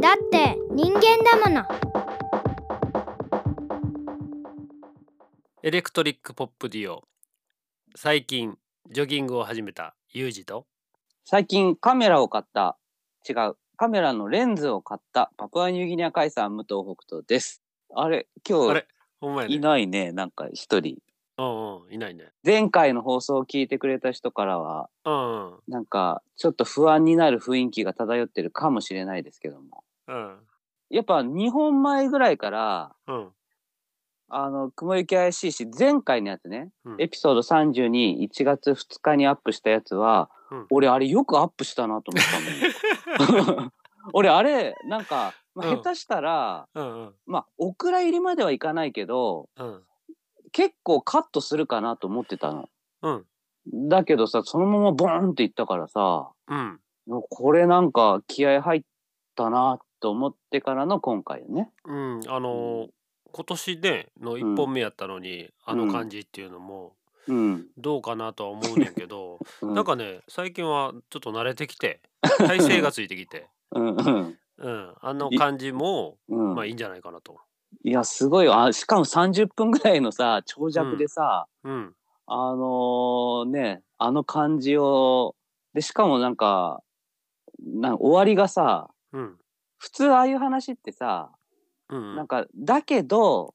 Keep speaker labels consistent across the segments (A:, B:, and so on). A: だって人間だもの
B: エレクトリックポップディオ最近ジョギングを始めたユージと
C: 最近カメラを買った違うカメラのレンズを買ったパプアニューギニア海産武藤北斗ですあれ今
B: あれ
C: 日
B: ほんまやね
C: いないねなんか一人
B: うんうんいないね
C: 前回の放送を聞いてくれた人からは
B: うんうん
C: なんかちょっと不安になる雰囲気が漂ってるかもしれないですけども
B: うん
C: やっぱ2本前ぐらいから
B: うん
C: あの雲行き怪しいし前回のやつね、
B: うん
C: エピソード321月2日にアップしたやつは、
B: うん
C: 俺あれよくアップしたなと思ったも ん俺あれなんか、まあ
B: うん
C: 下手したら、
B: うんうん
C: まあオクラ入りまではいかないけど
B: うん
C: 結構カットするかなと思ってたの。
B: うん
C: だけどさそのままボーンっていったからさ
B: うん
C: これなんか気合入ったなと思ってからの今回よね。
B: うんあのー今年ねの1本目やったのに、あの感じっていうのも
C: うん、
B: どうかなとは思うねんけど、
C: うん
B: なん、かね最近はちょっと慣れてき て体勢がついてきて
C: うんうん
B: うんあの感じも
C: うん、
B: まあいいんじゃないかなと
C: いや、すごいよ。あしかも30分ぐらいのさ、長尺でさ、
B: うん
C: あのーね、あの感じを、で、しかもなんか、なん終わりがさ、
B: うん
C: 普通ああいう話ってさ、
B: うん
C: なんか、だけど、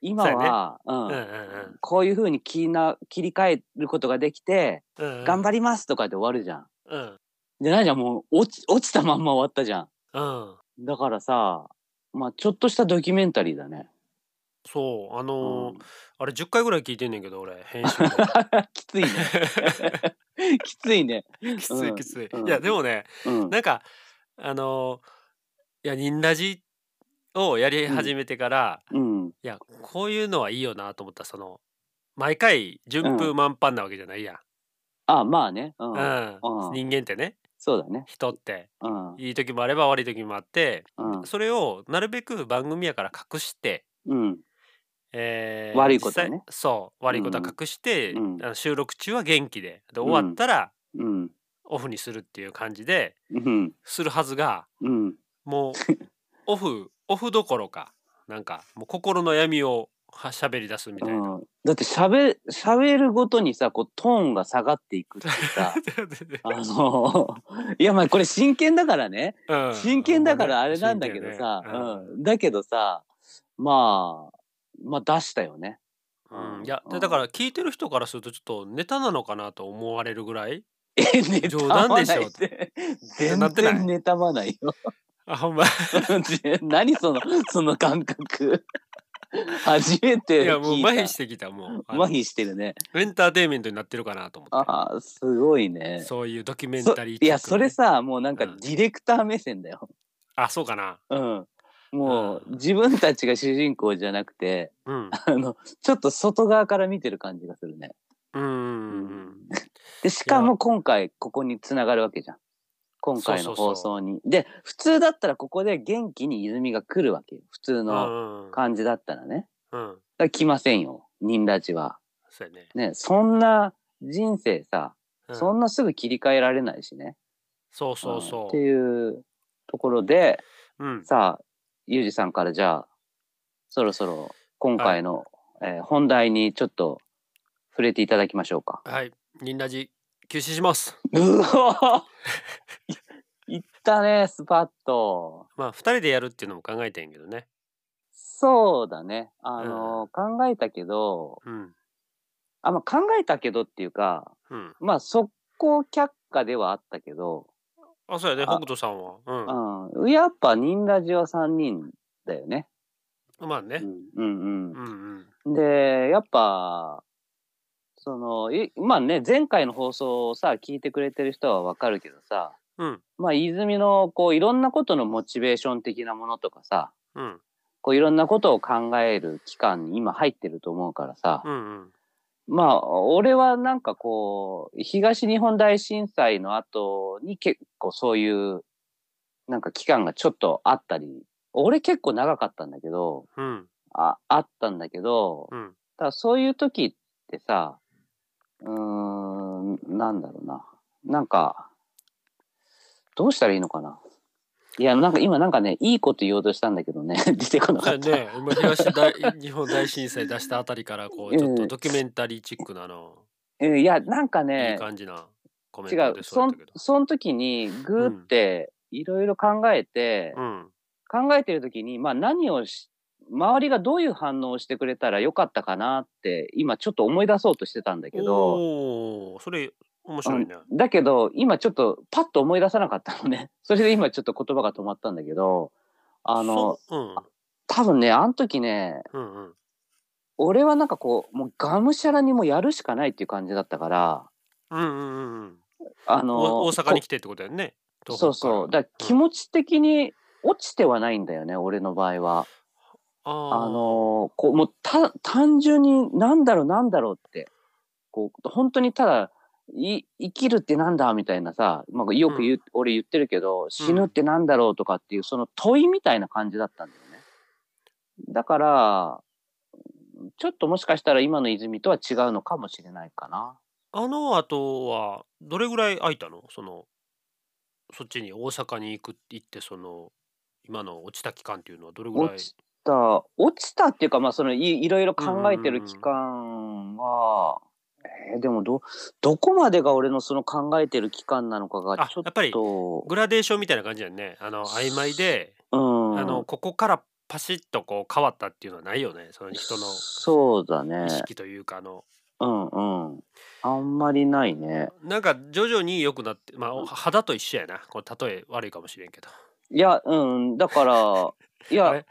C: 今は、う、
B: うんうんん
C: こういう風に切りな切り替えることができて、
B: うん
C: 頑張
B: り
C: りますとかで終わるじゃん。
B: うん
C: で、なんじゃもう落ち、落ちたまんま終わったじゃん。
B: うん
C: だからさ、まあ、ちょっとしたドキュメンタリーだね。
B: そうあ
C: う
B: のー
C: ん、
B: あれ10回ぐらい聞いてんねんけど俺編集
C: きついね。 きついね。
B: で きつ
C: う
B: い
C: ん
B: きつい、
C: うん
B: いやでもね
C: うん。
B: なんかあのーいやニンラジをやり始めてから、
C: うん。
B: いやこういうのはいいよなと思ったその毎回順風満帆なわけじゃないやん、
C: あ、まあね。うん。
B: うん
C: うん
B: 人間ってね
C: そうだね。
B: 人って
C: うん。
B: いい時もあれば悪い時もあって
C: うん。
B: それをなるべく番組やから隠して、
C: うん。
B: え
C: 悪いことはね
B: 実際そう悪いことは隠して、
C: うんうん
B: あの収録中は元気でで
C: うん
B: 終わったら
C: うん。
B: オフにするっていう感じで
C: うん。
B: するはずが
C: うん。
B: もうオフオフどころかなんかもう心の闇をはしゃべり出すみたいな。
C: うんだって喋喋るごとにさこうトーンが下がっていくっ てさあのいやまあこれ真剣だからね
B: うん
C: 真剣だからあれなんだけど
B: 真
C: さ、
B: 剣ね
C: うん、だけどさまあまあ出したよね
B: うんうんいやでだから聞いてる人からするとちょっとネタなのかなと思われるぐらい
C: え妬
B: 冗談でしょ
C: まないって全
B: なってない
C: 然妬まないよ
B: あほん まい
C: 何そのその感覚初めて聞いた
B: やもう麻痺してきたもうあの
C: 麻痺してるね
B: エンターテインメントになってるかなと思っ
C: ああすごいね
B: てそういうドキュメン
C: そ
B: タリー
C: いや
B: チック
C: そ
B: のね
C: れさもうなんか
B: う
C: デ
B: ん
C: ィレクター目線だよ
B: あそうかな
C: うんも
B: うん
C: う自分たちが主人公じゃなくて
B: うん
C: あのちょっと外側から見てる感じがするね
B: うんうんうん
C: でしかも今回ここにつながるわけじゃん今回
B: そう
C: の
B: そう
C: 放
B: そ
C: 送にで普通だったらここで元気に泉が来るわけよ普通
B: う
C: の
B: んうん
C: 感じだったらね
B: うん
C: だから来ませんよ忍ラジは
B: そうやね
C: ねそんな人生さ、
B: うん
C: そんなすぐ切り替えられないしね
B: そうそう
C: うんっ
B: そ
C: ていうところで
B: ううん
C: さあゆうじさんからじゃあそろそろ今回の、えー本題にちょっと触れていただきましょ うか。
B: はいニンラジ休止します
C: うお いいったねスパッと。
B: まあ2人でやるっていうのも考えてんけどね
C: そうだねあの、考えたけど
B: うん
C: あ、まあ、考えたけどっていうか
B: うん
C: まあ速攻却下ではあったけど、
B: あそうやね
C: あ
B: 北斗さんはう
C: うん、やっぱ忍ラジは3人だよね。
B: んまあね
C: うん
B: うんうん
C: うん、でやっぱそのいまあね前回の放送をさ聞いてくれてる人はわかるけどさ、
B: うん
C: まあ、泉のこういろんなことのモチベーション的なものとかさ
B: うん
C: こういろんなことを考える期間に今入ってると思うからさ、
B: うんうん
C: まあ俺はなんかこう東日本大震災の後に結構そういうなんか期間がちょっとあったり俺結構長かったんだけど
B: うん
C: ああったんだけど
B: うん
C: ただそういう時ってさうーんなんだろうななんかどうしたらいいのかないや、なんか今なんかね、いいこと言おうとしたんだけどね、 出てこなか
B: そう
C: っ
B: やね、
C: た。
B: 今東大 日本大震災出したあたりからこう
C: う
B: んちょっとドキュメンタリーチックなの、
C: うんいや、なん
B: い
C: か
B: い
C: ね、
B: 感じなコメン
C: 違
B: ト
C: う
B: で、そう
C: そ
B: やっ
C: ん
B: たけど。
C: その時に、グーって、いろいろ考えて、
B: うん
C: 考えてる時に、まあ何をし、周りがどういう反応をしてくれたらよかったかなって、今ちょっと思い出そうとしてたんだけど、
B: おお、それ面白いね。
C: うんだけど、今ちょっとパッと思い出さなかったのね。 それで今ちょっと言葉が止まったんだけど、あの、
B: そ、うん、
C: 多分ね、あの時ね、
B: うんうん。
C: 俺はなんかこう、もうがむしゃらにもうやるしかないっていう感じだったから、
B: うんうんうんうん。
C: あの
B: お大阪に
C: こ
B: 来てってことやんね。東
C: そ
B: 北か
C: う
B: ら
C: そう。だから気持ち的に落ちてはないんだよね、俺の場合は。
B: あ
C: あ
B: ー
C: のこう、もうた、単純になんだろうなんだろうって、こう、本当にただ、い生きるってなんだみたいなさ、まあ、よく言う、俺言ってるけど、死ぬってなんだろうとかっていう、その問いみたいな感じだったんだよね。だから、ちょっともしかしたら今の泉とは違うのかもしれないかな。
B: あの後はどれぐらい空いたのそのそっちに大阪に行く行ってその今の落ちた期間っていうのはどれぐら
C: 落
B: い
C: ちた落ちたっていうかまあそのいいろいろ考えてる期間は、えーでもどどこまでが俺のその考えてる期間なのかが
B: あ
C: ちょっ
B: やっぱり
C: と
B: グラデーションみたいな感じやんねあの曖昧で、
C: うん
B: あのここからパシッとこう変わったっていうのはないよねその人の
C: そうだね
B: 意識というかあの
C: うんうんあんまりないね
B: なんか徐々に良くなってまあお肌と一緒やなこれ例え悪いかもしれんけど
C: いやうんだから い
B: あ
C: や
B: れ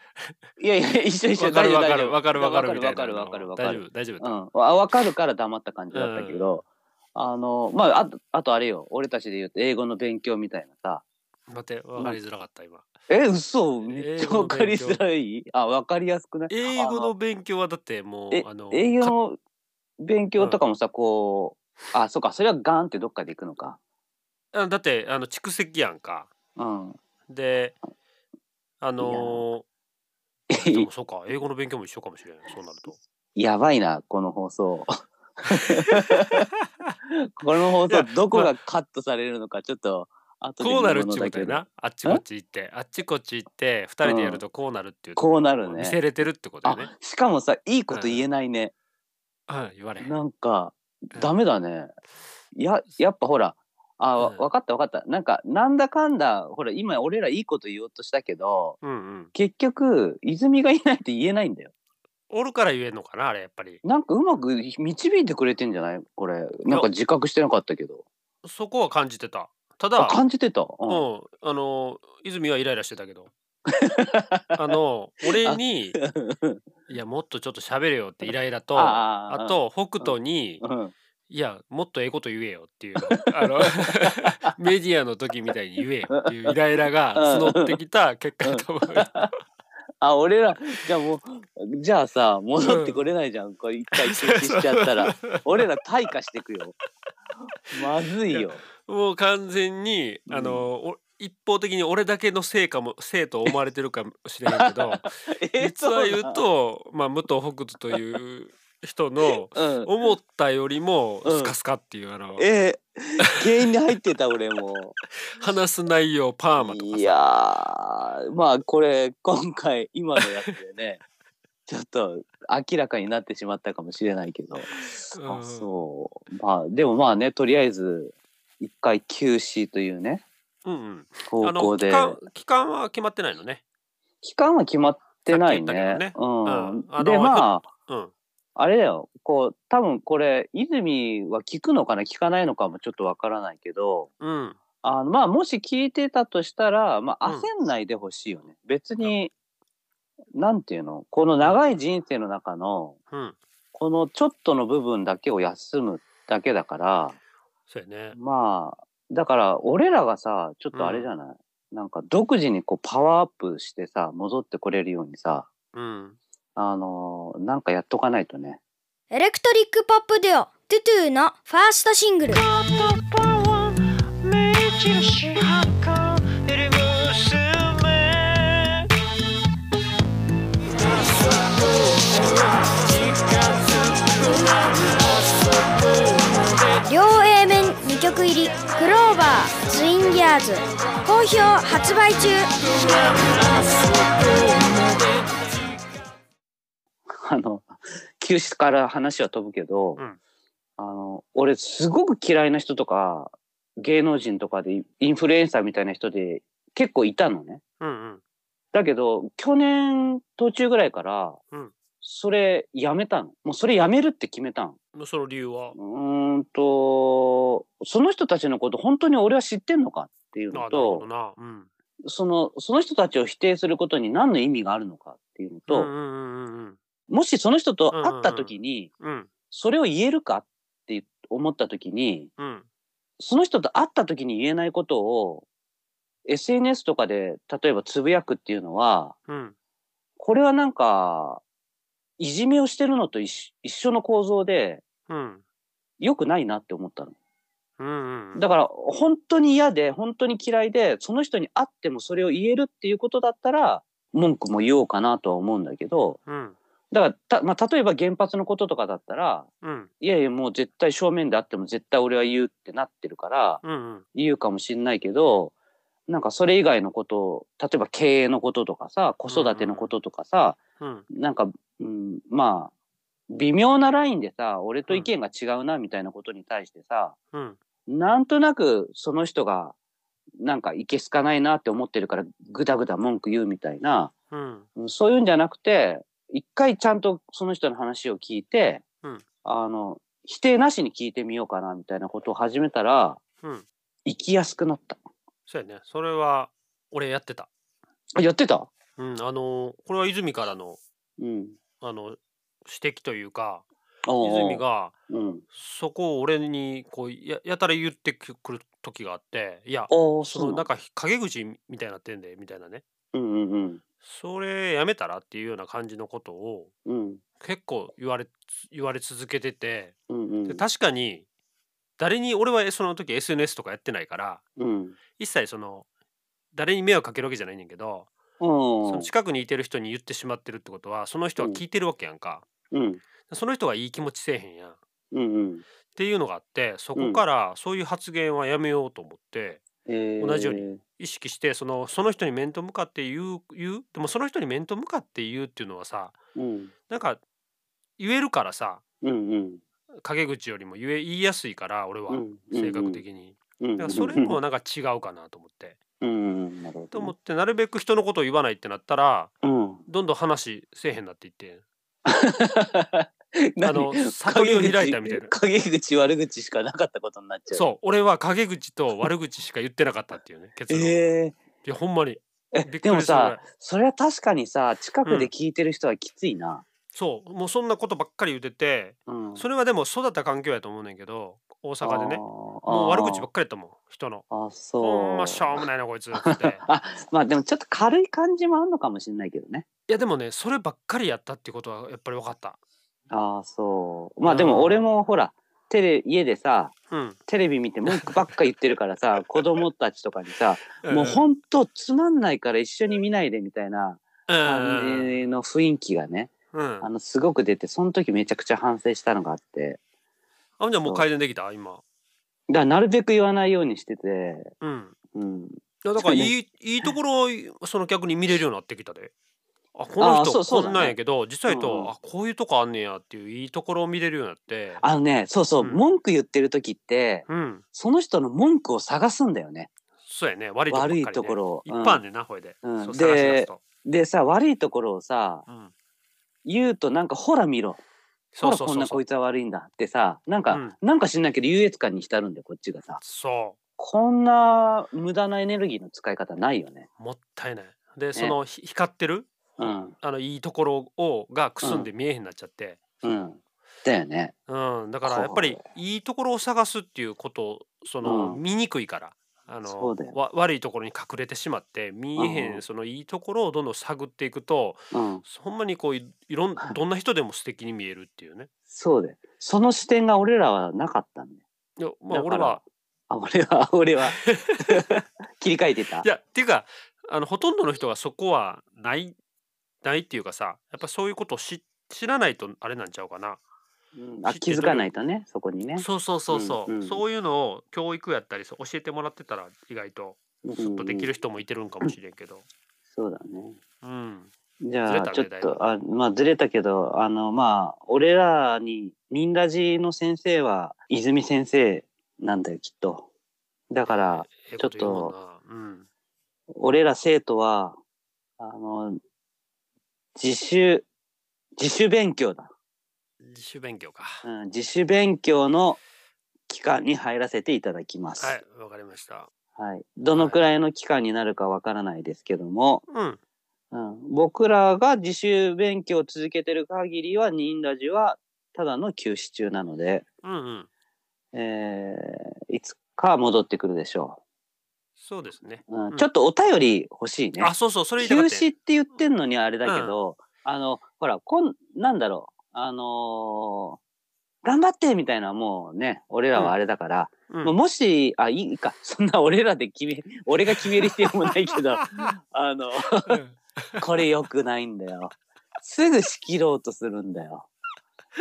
C: いやいや一緒一緒
B: わかるわ
C: 大
B: か
C: 丈
B: る
C: 夫
B: わかるわかるみた
C: わ
B: いな
C: かる
B: の
C: わかるわかるわかる
B: 大丈夫大丈夫やっ
C: うん、わ分かるから黙った感じだったけど、あのまああとあとあれよ俺たちで言うと英語の勉強みたいなさ
B: た待ってわかりづらかった今
C: え嘘めっちゃ分かりづらいあ分かりやすくない
B: 英語
C: あ
B: の勉強はだってもう
C: え
B: あの
C: 英語
B: か
C: の勉強とかもさ、こうあそうかそれはガンってどっかで行くのか
B: あだってあの蓄積やんか
C: うん
B: であのー、でもそうか英語の勉強も一緒かもしれないそうなると
C: やばいなこの 放送この放
B: いや
C: 送どこがカットされるのかちょっと後で
B: こうなるっ
C: 見
B: ちゅう
C: ものだ
B: こと
C: け
B: や
C: ど
B: なあっちこっち行ってあっちこっち行って二人でやるとこうなるっていう、
C: こうなる
B: 見
C: ね
B: せれてるってことや
C: あ
B: ね
C: しかもさいいこと言えないね、
B: うん言われへん
C: なんかダメだね。ややっぱほらあわ
B: うん
C: わかったわかったなんかなんだかんだほら今俺らいいこと言おうとしたけど
B: うんうん
C: 結局泉がいないって言えないんだよ。
B: おるから言えんのかなあれやっぱり
C: なんかうまく導いてくれてんじゃないこれなんか自覚してなかったけど
B: そこは感じてたた
C: あ
B: だ
C: 感じてた、
B: う
C: うん
B: ん、あの泉はイライラしてたけ どあの俺に「いやもっとちょっと喋れよ」ってイライラとあ
C: あー
B: と北斗に
C: うんうん
B: 「いやもっとええこと言えよ」っていうあ のメディアの時みたいに言えよっていうイライラが募ってきた結果だと思う
C: あ俺らじゃあもうじゃあさ戻ってこれないじゃん、これ一回休止しちゃったら俺ら退化してくよまずいよ
B: もう完全にあの、お一方的に俺だけのせいかもせいと思われてるかもしれないけ ど実は言う、と、まあ、武藤北斗という人の
C: えーそうなんうん、
B: 思ったよりも
C: うん
B: スカスカっていうあの
C: ええ原因に入ってた俺も。
B: 話す内容パーマとか
C: いやーまあこれ今回今のやつで ねちょっと明らかになってしまったかもしれないけど、
B: さ
C: あそうまあでもまあねとりあえず一回休止というね
B: うんうん
C: 方
B: あの
C: 向
B: 期
C: で
B: 間期間は決まってないのね
C: 期間は決まってない
B: さっき言
C: ね
B: ったけ
C: うん
B: うんあの
C: でまあ
B: うん
C: あれだよこう多分これ泉は聞くのかな聞かないのかもちょっとわからないけど、
B: うん
C: あのまあもし聞いてたとしたら、ま
B: う
C: あ、
B: ん
C: 焦んないでほしいよね、別になんていうのこの長い人生の中の
B: うん
C: このちょっとの部分だけを休むだけだから
B: そうやね
C: まあだから俺らがさちょっとあれじゃない、なんか独自にこうパワーアップしてさ戻ってこれるようにさ
B: うん
C: あのーなんかやっとかないとね
A: エレクトリックポップデュオトゥトゥのファーストシングル両 A 面2曲入りクローバーツインギャーズコ好評発売中
C: あの、休止から話は飛ぶけど、
B: うん
C: あの、俺すごく嫌いな人とか、芸能人とかでインフルエンサーみたいな人で結構いたのね。
B: うん
C: だけど、去年途中ぐらいから
B: うん、
C: それやめたの。もうそれやめるって決めたの。
B: うん。その理由は
C: う。ーんと、その人たちのこと本当に俺は知ってんのかっていう
B: あな
C: の
B: るほど
C: と、
B: な。うん。
C: その、その人たちを否定することに何の意味があるのかっていうの
B: うん
C: と、
B: うんうんうん
C: もしその人と会った時に、
B: うん
C: それを言えるかって思った時に、
B: うん
C: その人と会った時に言えないことを、SNS とかで例えばつぶやくっていうのは、
B: うん。
C: これはなんか、いじめをしてるのと一緒一緒の構造で、
B: うん
C: 良くないなって思ったの。
B: うんうん。
C: だから、本当に嫌で、本当に嫌いで、その人に会ってもそれを言えるっていうことだったら、文句も言おうかなとは思うんだけど、
B: うん
C: だから、たまあ、例えば原発のこととかだったら、
B: うん
C: いやいや、もう絶対正面であっても絶対俺は言うってなってるから、
B: うんうん
C: 言うかもしんないけど、なんかそれ以外のことを、例えば経営のこととかさ、子育てのこととかさ、
B: うん
C: なんか、うん、まあ、微妙なラインでさ、俺と意見が違うなみたいなことに対してさ、
B: うん
C: なんとなくその人が、なんかいけすかないなって思ってるから、ぐだぐだ文句言うみたいな、
B: うん
C: うんそういうんじゃなくて、一回ちゃんとその人の話を聞いて、
B: うん
C: あの、否定なしに聞いてみようかなみたいなことを始めたら、
B: うん。
C: 生きやすくなった。
B: そうやね。それは俺やってた。
C: あやってた
B: うんあのこれは泉からの
C: うん。
B: あの指摘というか
C: おうおう
B: 泉、が
C: うん、
B: そこを俺にこうややたら言ってくる時があっていや
C: おー
B: そ
C: そう
B: のな
C: な
B: んんか陰口みたいになってんでみたいなね
C: うんうんうん
B: それやめたらっていうような感じのことを
C: うん
B: 結構言われ言われ続けてて
C: うん
B: で確かに誰に俺はその時 SNS とかやってないから
C: うん
B: 一切その誰に迷惑かけるわけじゃないねんけどその
C: う
B: 近くにいてる人に言ってしまってるってことはその人は聞いてるわけやんか、
C: ん
B: その人がいい気持ちせえへんやんっ
C: うんうん
B: ていうのがあってそこからそういう発言はやめようと思って
C: えー
B: 同じように意識してそのその人に面と向かって言う言うでもその人に面と向かって言うっていうのはさ
C: うん
B: なんか言えるからさ
C: うんうん
B: 陰口よりも言え言いやすいから俺は
C: うん
B: 性格的に
C: うん
B: だからそれもなんか違うかなと思って
C: うんうんなるほど
B: と思ってなるべく人のことを言わないってなったら
C: うん
B: どんどん話せえへんなっていって
C: 何
B: あの悟りを開いたみたいな
C: 陰口陰口悪口しかなかったことになっちゃう
B: そう俺は陰口と悪口しか言ってなかったっていう ね結論、
C: え
B: いやほんまに
C: ー、え
B: びっくりする
C: でも
B: ぐら
C: さ
B: い
C: それは確かにさ近くで聞いてる人はきついな、
B: そうもうそんなことばっかり言ってて
C: うん
B: それはでも育った環境やと思うねんけど大阪でねも
C: も
B: う悪口ばっかりやったもん人の
C: あそう
B: ほんましょうもないなこいつっつ って
C: あまあでもちょっと軽い感じもあんのかもしれないけどね
B: いやでもねそればっかりやったっていうことはやっぱり分かった
C: ああそうまあでも俺もほらテレ家でさ
B: うん
C: テレビ見て文句ばっか言ってるか らさ子供たちとかにさもうほ
B: ん
C: んとつまんないから一緒に見ないでみたいな感じの雰囲気がね
B: うん
C: あのすごく出てその時めちゃくちゃ反省したのがあって
B: あんじゃんもう改善できた今
C: だからなるべく言わないようにしてて、
B: うん
C: うん、
B: いやだからいいいいところをその逆に見れるようになってきたで。あこの
C: あそ
B: 人
C: うそう
B: こ
C: だ
B: ん
C: ね
B: なんやけど、実際と、
C: うんうん
B: あこういうとこあんねやっていういいところを見れるようになって
C: あのねそうそう、
B: うん
C: 文句言ってる時って
B: うん
C: その人の文句を探すんだよね
B: そうやね悪いところばっかり、
C: 悪
B: ね、
C: いところを。
B: 一
C: うん
B: 般でなほいで、
C: うん
B: そう探し出すと、
C: でさ悪いところをさ
B: うん、
C: 言うとなんかほら見ろ
B: そ
C: ほ
B: う
C: ら
B: そう
C: こん
B: そう
C: な
B: そ
C: こ
B: う
C: いつは悪いんだってさなんか、
B: うん
C: なんか知んないけど優越感に浸るんだよこっちがさ
B: そ
C: こんな無駄なエネルギーの使い方ないよね
B: うもったいないでその、ひ光ってる、
C: うん
B: あのいいところをがくすんで見えへんようになっちゃって、
C: うんだよね
B: うん、だからやっぱり
C: こ
B: いいところを探すっていうことをその、
C: うん
B: 見にくいからあ
C: そ
B: の
C: うだよ
B: わ悪いところに隠れてしまって見えへん、
C: うん
B: そのいいところをどんどん探っていくと
C: うん
B: ほんまにこういい ろんどんな人でも素敵に見えるっていうね。
C: そうだよその視点が俺らはなかったんだよ
B: いやまあ
C: だか
B: 俺
C: ら
B: は
C: あ俺は 俺 は切り替えてた
B: いやっていうかあのほとんどの人がそこはないないっていうかさやっぱそういうことを知知らないとあれなんちゃうかな。
C: うんあ
B: 知って
C: 気づかないとねそこにね
B: そうそうそうそう、
C: うんうん
B: そういうのを教育やったりそう教えてもらってたら意外とちょっとできる人もいてるんかもしれんけど。
C: そうだね。
B: うん。
C: じゃあ、ち
B: ず
C: ょ
B: れ
C: った
B: ね
C: と、あ、まあ、ずれたけど、あの、まあ、俺らに、ニンラジの先生は、泉先生なんだよ、きっと。だから、
B: ええこと言うもんな。うん。
C: 俺ら生徒は、あの、自主、自主勉強だ。
B: 自主勉強か。
C: うん、自主勉強の期間に入らせていただきます。
B: はい、わかりました。
C: はい。どのくらいの期間になるかわからないですけども、
B: うん。
C: うん、僕らが自主勉強を続けてる限りは、ニンラジはただの休止中なので、
B: うんうん。
C: えー、いつか戻ってくるでしょ
B: そうですね。
C: う。うん
B: うん
C: ちょっとお便り欲しいね。
B: あ、そうそう、それ
C: 休
B: 言いたかった
C: 止って言ってんのにあれだけど、あの、ほら、こん、なんだろう、あのー頑張ってみたいなもうね、俺らはあれだから、
B: うん
C: まあもし、あ、いいか、そんな俺らで決め、俺が決める必要もない けど、あの、
B: うん
C: これ良くないんだよ。すぐ仕切ろうとするんだよ。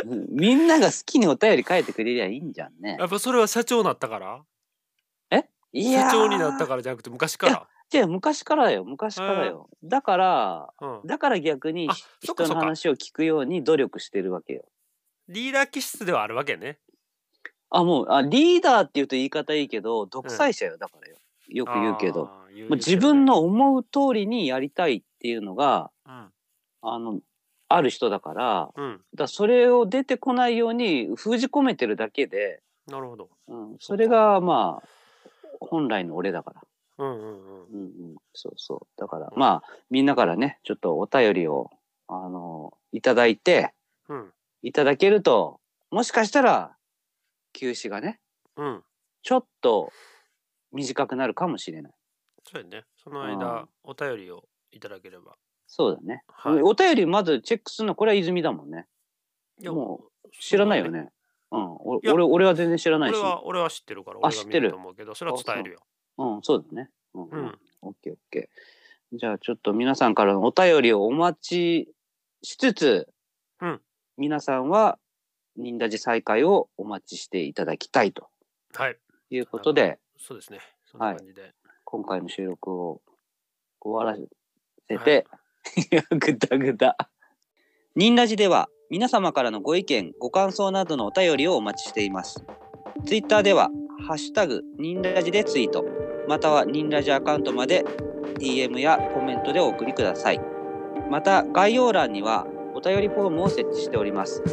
C: うんみんなが好きにお便り書いてくれりゃいいんじゃんね
B: や。っぱそれは社長になったから
C: いや
B: 社長になったからじゃなくて昔か
C: じゃあ昔からだよ、昔からよ。だから、
B: ら。うん。
C: だから逆に
B: あそっか
C: 人
B: そ
C: の
B: っか
C: 話を聞くように努力してるわけよ。
B: リーダー気質ではあるわけね。
C: あ、もう、あ、リーダーっていうと言い方いいけど、独裁者よ、だからよ。よく言うけど。
B: あー。言う
C: もう自分、の思う通りにやりたいっていうのが、
B: 言う
C: あの、ある人だから、だか
B: けどねうん。うん。
C: らそれを出てこないように封じ込めてるだけで、
B: なるほど。
C: うん、それがまあ、本来の俺だから。
B: うんうんうん
C: う。んうん、そうそう。だから、まあ、みんなからね、ちょっとお便りを、あの、いただいて、
B: うん。
C: いただけると、もしかしたら、休止がね、
B: うん。
C: ちょっと短くなるかもしれない。
B: そうやね。その
C: う
B: 間
C: ん、
B: お便りをいただければ。
C: そうだね。
B: はい
C: お便りまずチェックするのは、これは泉だもんね。
B: いや
C: も知らないよ。ね。うん、お
B: いや
C: 俺俺は全然知らないし
B: 俺。は、俺は知ってるから、
C: あ
B: 俺が見ると思うけど、それは伝えるよ。
C: うん、そうだね。うん、う
B: うんん。
C: オッケーオッケー。じゃあちょっと皆さんからのお便りをお待ちしつつ、
B: うん
C: 皆さんは、忍ラジ再開をお待ちしていただきたいと
B: はい。
C: いうことで、
B: そうですね。そんな感じで。
C: 今回の収録を終わらせて、ぐだぐだ。ニンラジでは皆様からのご意見、ご感想などのお便りをお待ちしています。ツイッターでは、ハッシュタグ、ニンラジでツイート、またはニンラジアカウントまで DM やコメントでお送りください。また、概要欄にはお便りフォームを設置しております。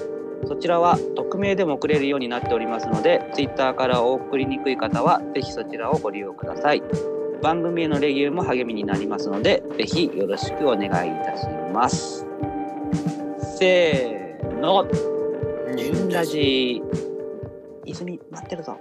C: そちらは匿名でも送れるようになっておりますので、ツイッターからお送りにくい方は、ぜひそちらをご利用ください。番組へのレビューも励みになりますので、ぜひよろしくお願いいたします。せーの、ニンラジ。泉、待ってるぞ。